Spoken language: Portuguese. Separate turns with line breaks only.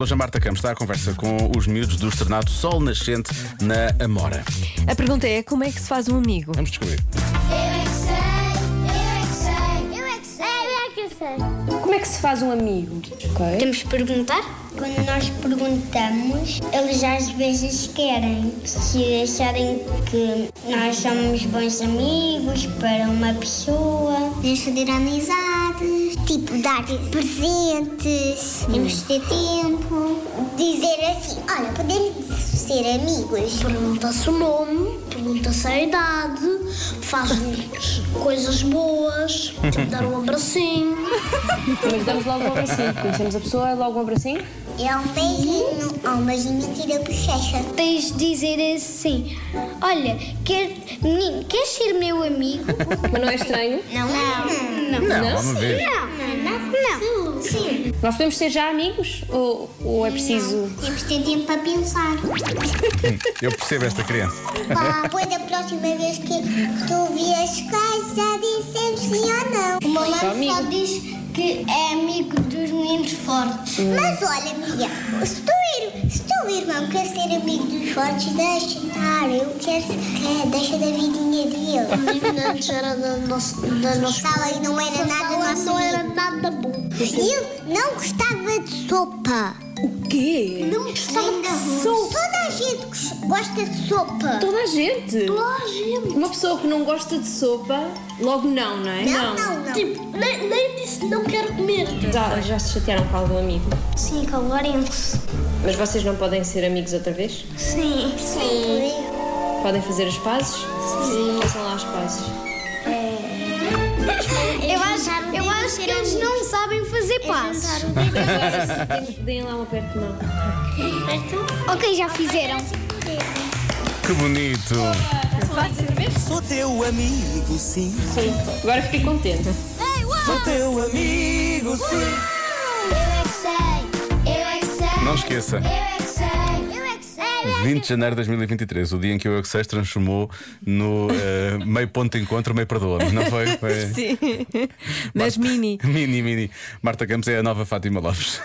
Hoje a Marta Campos está à conversa com os miúdos do Estrenado Sol Nascente na Amora.
A pergunta é como é que se faz um amigo?
Vamos descobrir.
Eu é que sei, eu é que sei, eu é que sei, eu é que sei.
Como é que se faz um amigo? Ok.
Temos que perguntar? Quando nós perguntamos, eles às vezes querem. Se acharem que nós somos bons amigos para uma pessoa. Podemos fazer amizades, tipo dar presentes, investir tempo. Dizer assim: olha, podemos ser amigos.
Pergunta-se o nome, pergunta-se a idade, faz coisas boas, tipo dar um abracinho.
Mas damos logo um abracinho. Conhecemos a pessoa, logo um abracinho.
É um beijinho, é um beijinho tira a bochecha.
Tens de dizer assim: Olha, quer, menino, queres ser meu amigo?
Mas não é estranho.
Não, não,
Não,
Ah,
vamos ver.
não, não. Sim.
Nós podemos ser já amigos? Ou, ou é preciso.
Temos que ter tempo para pensar.
Eu percebo esta criança.
Pá, depois da próxima vez que tu vias cães, já dissemos sim ou não. O meu
amigo. só
diz que é amigo dos meninos fortes.
Hum.
Mas olha, Mia, se tu ir- se teu irmão quer ser amigo dos fortes, deixa estar. Eu quero ser, É, deixa da vidinha dele.
Antes era da nossa. Da nossa
Sala e não era nada nosso
não
amigo.
era nada bom.
Eu não gostava de sopa.
O quê?
Não gostava de sopa. Toda a gente gos- gosta de sopa.
Toda a gente. Uma pessoa que não gosta de sopa, logo não, não é?
Não, não, não.
Tipo, nem, nem disse não quero comer.
Já, já se chatearam com algum amigo.
Sim, com o Lourenço.
Mas vocês não podem ser amigos outra vez?
Sim.
Sim.
Podem fazer as pazes? Sim. Façam lá as pazes.
Eu acho, eu acho que eles não sabem
É
fazer passos.
Deem lá um aperto de mão.
Ok, já fizeram.
Que bonito.
Sou teu amigo, sim.
Sim. Agora fiquei contente.
Sou teu amigo, sim.
Eu é que é sei.
Não esqueça.
Eu é que sei. Eu é que sei.
20 de janeiro de 2023, o dia em que o Eu Que Sei se transformou no eh, meio ponto de encontro, meio perdoa-me, não foi? Foi
Sim. Mas mini.
mini, mini. Marta Campos é a nova Fátima Lopes.